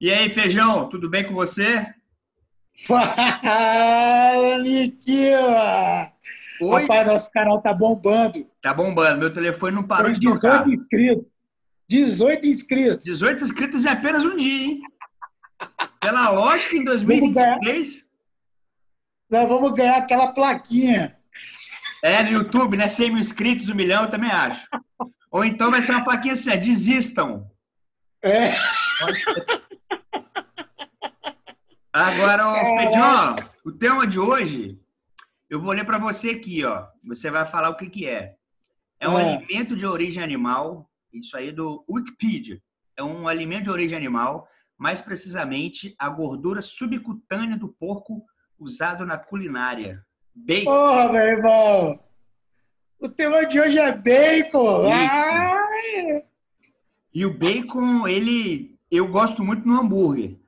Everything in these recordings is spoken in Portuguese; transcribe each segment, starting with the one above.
E aí, Feijão, tudo bem com você? Fala, Niquila! Oi? Rapaz, nosso canal tá bombando. Tá bombando, meu telefone não parou Tem de tocar. 18 inscritos. 18 inscritos. 18 inscritos em apenas um dia, hein? Pela lógica, em Vamos ganhar. 2023, Nós vamos ganhar aquela plaquinha. é no YouTube, né? 100 mil inscritos, um milhão, eu também acho. Ou então vai ser uma plaquinha assim, é, desistam. É. Agora, ô, Feijão, o tema de hoje, eu vou ler para você aqui, ó. Você vai falar o que que é. É um É. alimento de origem animal, isso aí do Wikipedia. É um alimento de origem animal, mais precisamente a gordura subcutânea do porco usado na culinária. Bacon. Porra, meu irmão. O tema de hoje é bacon. Ah, E o bacon, ele eu gosto muito no hambúrguer.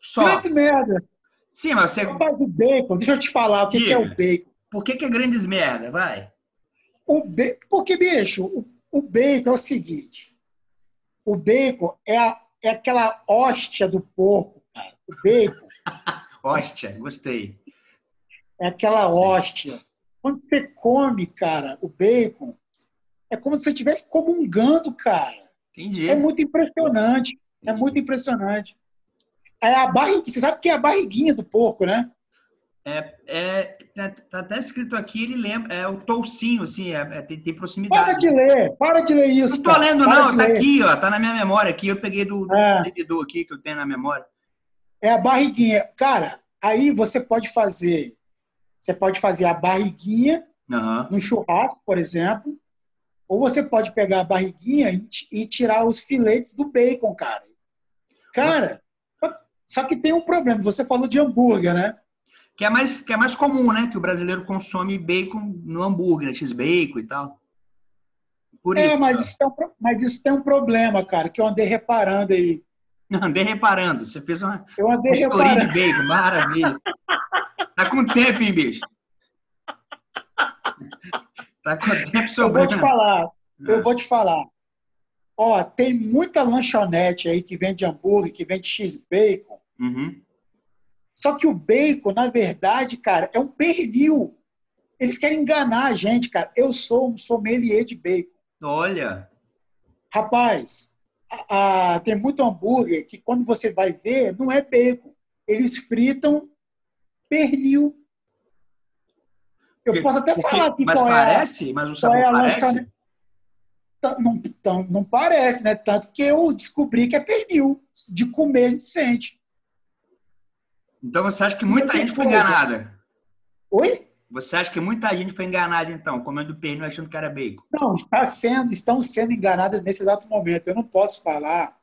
Só. grandes merda. Sim, mas você, Rapaz, o bacon, deixa eu te falar o que, que é o Diga. bacon. por que que é grandes merda? Vai. O ba- Porque, bicho, o, o bacon é o seguinte: o bacon é, a- é aquela hóstia do porco, cara. O bacon Hóstia, gostei. é aquela hóstia. Quando você come, cara, o bacon, é como se você estivesse comungando, cara. Entendi. É muito impressionante. É muito impressionante. É a barri... Você sabe que é a barriguinha do porco, né? É, tá, tá até escrito aqui, ele lembra, é o toucinho, assim, é, é, tem, tem Para proximidade. de ler, para de ler isso. Não tô cara. lendo, Para não, de tá ler. aqui, ó, tá na minha memória aqui, eu peguei do, do É. servidor aqui que eu tenho na memória. É a barriguinha. Cara, aí você pode fazer. Você pode fazer a barriguinha Aham. no um churrasco, por exemplo. Ou você pode pegar a barriguinha e, ti- e tirar os filetes do bacon, cara. Cara, só que tem um problema. Você falou de hambúrguer, né? Que é, mais, que é mais comum, né? Que o brasileiro consome bacon no hambúrguer, né? X-bacon e tal. Por É, isso. mas isso, tem um, pro- mas isso tem um problema, cara, que eu andei reparando aí. Não, andei reparando. Você fez uma Eu andei misturinha de reparando. bacon, maravilha. Tá com tempo, hein, bicho? Tá com tempo Eu vou te sobrando. falar. Eu vou te falar. Ó, tem muita lanchonete aí que vende hambúrguer, que vende X-bacon. Uhum. Só que o bacon, na verdade, cara, é um pernil. Eles querem enganar a gente, cara. Eu sou um sommelier de bacon. Olha. Rapaz, a- a- tem muito hambúrguer que quando você vai ver, não é bacon. Eles fritam pernil. Eu Porque- posso até porque- falar aqui Mas qual é. a- parece? Mas o qual sabor é a parece? lanchonete. Tá- Não, então, não parece, né? Tanto que eu descobri que é pernil. De comer, a gente sente. Então você acha que muita Outra gente foi coisa. enganada? Oi? Você acha que muita gente foi enganada, então, comendo pernil achando que era bacon? Não, está sendo, estão sendo enganadas nesse exato momento. Eu não posso falar.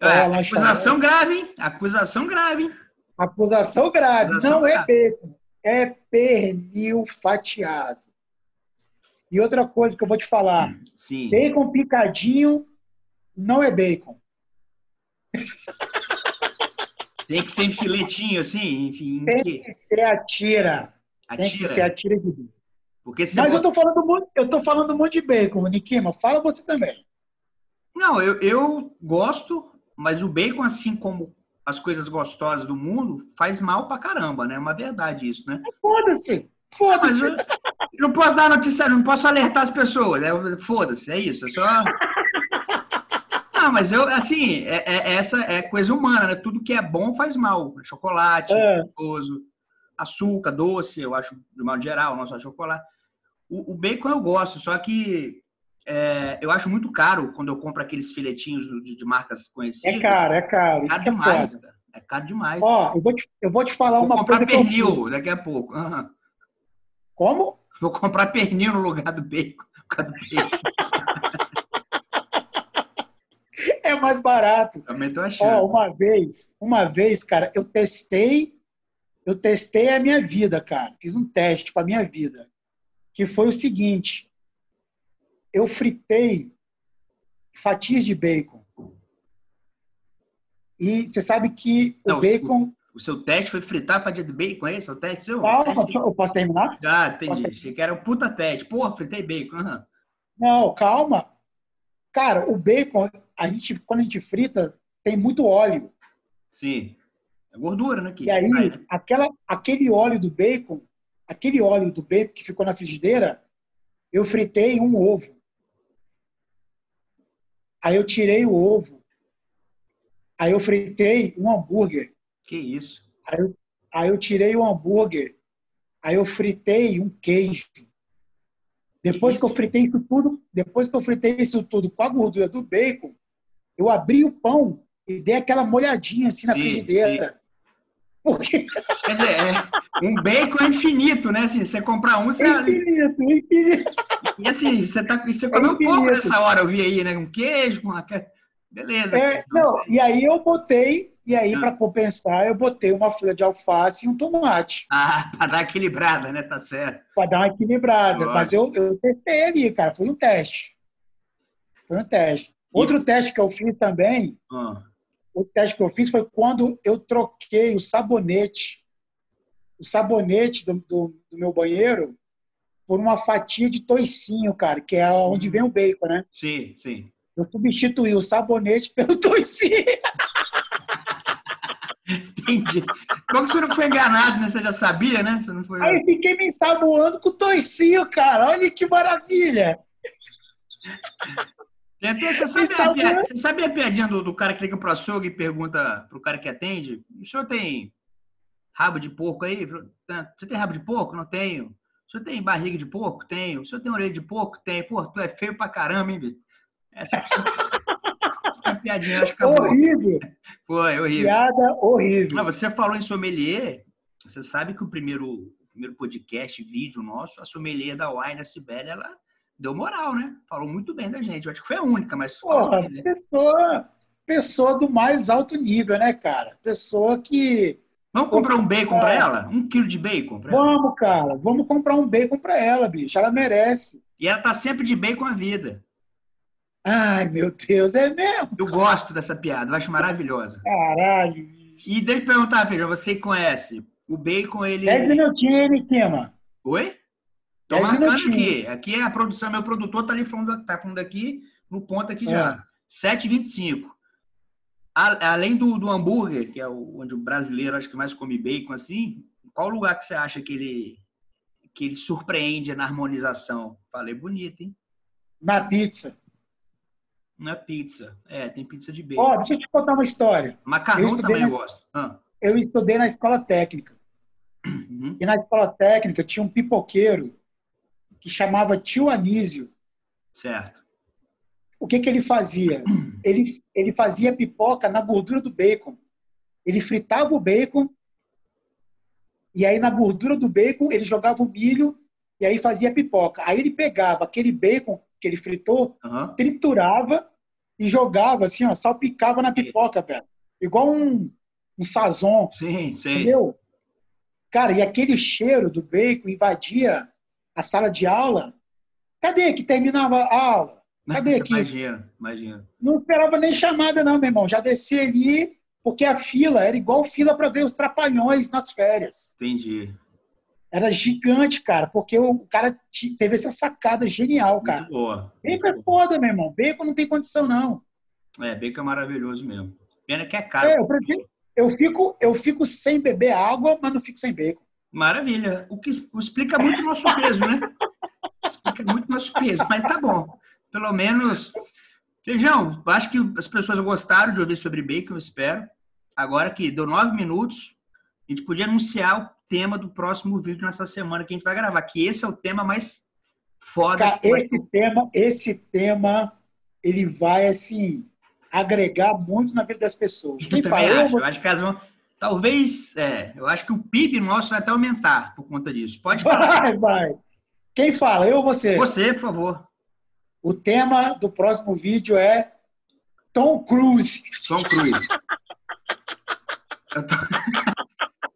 É, É, lanchonete. acusação grave, hein? Acusação grave, hein? Acusação grave. Acusação não é grave. bacon. É pernil fatiado. E outra coisa que eu vou te falar: Hum. Sim. bacon picadinho não é bacon. Tem que ser em filetinho, assim, enfim. Tem que que ser a tira. Tem que ser atira. é a tira de bacon. Porque se Mas você- eu tô falando muito, eu tô falando muito de bacon, Nikima. Fala você também. Não, eu, eu gosto, mas o bacon, assim como as coisas gostosas do mundo, faz mal pra caramba, né? É uma verdade isso, né? Foda-se! Mas Foda-se! eu, eu não posso dar notícia, eu não posso alertar as pessoas. né? Foda-se, é isso. É só. Ah, mas eu, assim, é, é- essa é coisa humana, né? Tudo que é bom faz mal. Chocolate, É. gostoso, açúcar, doce, eu acho, de modo geral, não só chocolate. O, o bacon eu gosto, só que é, eu acho muito caro quando eu compro aqueles filetinhos de, de marcas conhecidas. É caro, é caro. Isso Caro que é foda. tá demais, cara. É caro demais. Ó, eu vou te, eu vou te falar Vou uma coisa comprar que eu fiz. pernil daqui a pouco. Aham. Como? Vou comprar pernil no lugar do bacon. por causa do bacon. É mais barato. Também tô Ó, achando. uma vez, uma vez, cara, eu testei, eu testei a minha vida, cara. Fiz um teste para minha vida, que foi o seguinte: eu fritei fatias de bacon. E você sabe que o Não, bacon. O seu teste foi fritar a fatia de bacon, é esse o teste seu? Calma, eu posso terminar? Ah, Posso- entendi. Achei que era um puta teste. Porra, fritei bacon. aham. Não, calma. Cara, o bacon, a gente, quando a gente frita, tem muito óleo. Sim. É gordura, né? Que E aí, cai, né? aquela, aquele óleo do bacon, aquele óleo do bacon que ficou na frigideira, eu fritei um ovo. Aí eu tirei o ovo. Aí eu fritei um hambúrguer. Que isso. Aí eu, aí eu tirei o hambúrguer. Aí eu fritei um queijo. Depois que eu fritei isso tudo, depois que eu fritei isso tudo com a gordura do bacon, eu abri o pão e dei aquela molhadinha assim na Sim, frigideira. Porque Quer dizer, é, um bacon é infinito, né? Assim, você comprar um, você. É infinito, é infinito. E assim, você, tá, você comeu infinito. pouco nessa hora, eu vi aí, né? Um queijo, com uma. que- Beleza. Então, É, não, e aí eu botei, e aí Ah. para compensar, eu botei uma folha de alface e um tomate, Ah, pra dar equilibrada, né? Tá certo. para dar uma equilibrada. Lógico. Mas eu, eu testei ali, cara, foi um teste. Foi um teste. Outro teste que eu fiz também, Ó, outro teste que eu fiz foi quando eu troquei o sabonete, o sabonete do, do- do meu banheiro, por uma fatia de toicinho, cara, que é onde vem o bacon, né? sim, sim. Eu substituí o sabonete pelo toicinho. Entendi. Como que você não foi enganado, né? Você já sabia, né? Você não foi. Aí fiquei me ensaboando com o toicinho, cara. Olha que maravilha. Tem até- É, Você Vocês sabe, a sabem, piada, você sabe a piadinha do, do cara que liga pro açougue e pergunta pro cara que atende? O senhor tem rabo de porco aí? "Tá, Você tem rabo de porco? Não tenho. O senhor tem barriga de porco? Tenho. O senhor tem orelha de porco? Tenho. Pô, tu é feio pra caramba, hein, bicho? Essa essa piadinha eu acho que acabou. Horrível. Foi, horrível. Piada Ah, horrível. você falou em sommelier. Você sabe que o primeiro, o primeiro podcast, vídeo nosso, a sommelier da Wine da Sibélia, ela deu moral, né? Falou muito bem da gente. Eu acho que foi a única, mas falou Porra, bem, né? pessoa, pessoa do mais alto nível, né, cara? Pessoa que. Vamos comprar um bacon É. pra ela? Um quilo de bacon pra ela? Vamos, cara, vamos comprar um bacon pra ela, bicho. Ela merece. E ela tá sempre de bacon à vida. Ai, meu Deus, é mesmo? Eu gosto dessa piada, eu acho maravilhosa. Caralho. bicho. E deixa eu perguntar, veja, você que conhece. O bacon, ele. Dez minutinhos, hein, Kima? Oi? Tô Dez marcando aqui. minutinhos. Aqui é a produção, meu produtor tá ali falando, tá falando aqui no ponto aqui É. já. 7h25. A- Além do, do hambúrguer, que é o, onde o brasileiro acho que mais come bacon assim, qual lugar que você acha que ele, que ele surpreende na harmonização? Falei bonito, hein? Na pizza. Na pizza. É, tem pizza de bacon. Ó, deixa eu te contar uma história. eu Macarrão estudei também eu gosto. Ah, Eu estudei na escola técnica. uhum. E na escola técnica tinha um pipoqueiro que chamava tio Anísio. Certo. o que, que ele fazia? Ele, ele fazia pipoca na gordura do bacon. Ele fritava o bacon e aí na gordura do bacon ele jogava o milho e aí fazia pipoca. Aí ele pegava aquele bacon que ele fritou, Aham. triturava e jogava assim, ó, salpicava na pipoca, velho. Igual um, um sazon, Sim, sim. entendeu? Cara, e aquele cheiro do bacon invadia a sala de aula. Cadê que terminava a aula? Cadê aqui? Imagina, imagina. Não esperava nem chamada, não, meu irmão. Já desci ali, porque a fila era igual fila para ver os trapalhões nas férias. Entendi. Era gigante, cara, porque o cara te- teve essa sacada genial, cara. Muito boa. Bacon é Muito boa. foda, meu irmão. Bacon não tem condição, não. É, bacon é maravilhoso mesmo. Pena que é caro. É, eu, prefiro- eu fico, eu fico sem beber água, mas não fico sem bacon. Maravilha. O que es- explica muito o nosso peso, né? Explica muito o nosso peso, mas tá bom. Pelo menos. Feijão, eu acho que as pessoas gostaram de ouvir sobre bacon, eu espero. Agora que deu nove minutos, a gente podia anunciar o tema do próximo vídeo nessa semana que a gente vai gravar, que esse é o tema mais foda. Cara, que vai ter. esse tema, esse tema, ele vai, assim, agregar muito na vida das pessoas. Eu Quem também falou, acho. Eu acho que elas vão. Talvez, é, eu acho que o PIB nosso vai até aumentar por conta disso. Pode falar. vai, vai. Quem fala, eu ou você? Você, por favor. O tema do próximo vídeo é Tom Cruise. Tom Cruise. Eu tô-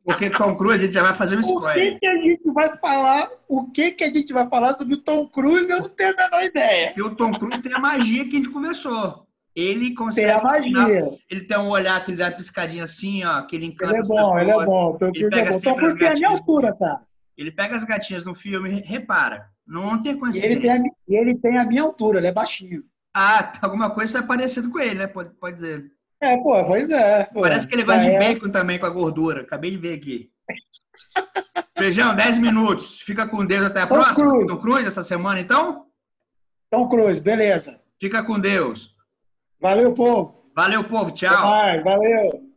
Porque Tom Cruise, a gente já vai fazer um O que, spoiler. que a gente vai falar? O que, que a gente vai falar sobre o Tom Cruise? Eu não tenho a menor ideia. E o Tom Cruise tem a magia que a gente conversou. Ele consegue. Tem a magia. Ele tem um olhar que ele dá uma piscadinha assim, ó, que ele encanta. Ele é as bom, ele é pessoas. assim bom. Tom Ele Cruise é pega bom. Tom sempre Cruise os tem a minha gatinhos. altura, cara. Ele pega as gatinhas no filme, repara. Não tem E ele, tem a, coincidência. tá, mi- e ele tem a minha altura, ele é baixinho. Ah, alguma coisa é parecida com ele, né? Pode, pode dizer. É, pô, pois é. pô. Parece que ele vai Já de é. bacon também com a gordura. Acabei de ver aqui. Feijão, 10 minutos. Fica com Deus até a Tom próxima. Cruise. Tom Cruise essa semana, então? Tom Cruise, beleza. Fica com Deus. Valeu, povo. Valeu, povo. Tchau. Vai, valeu.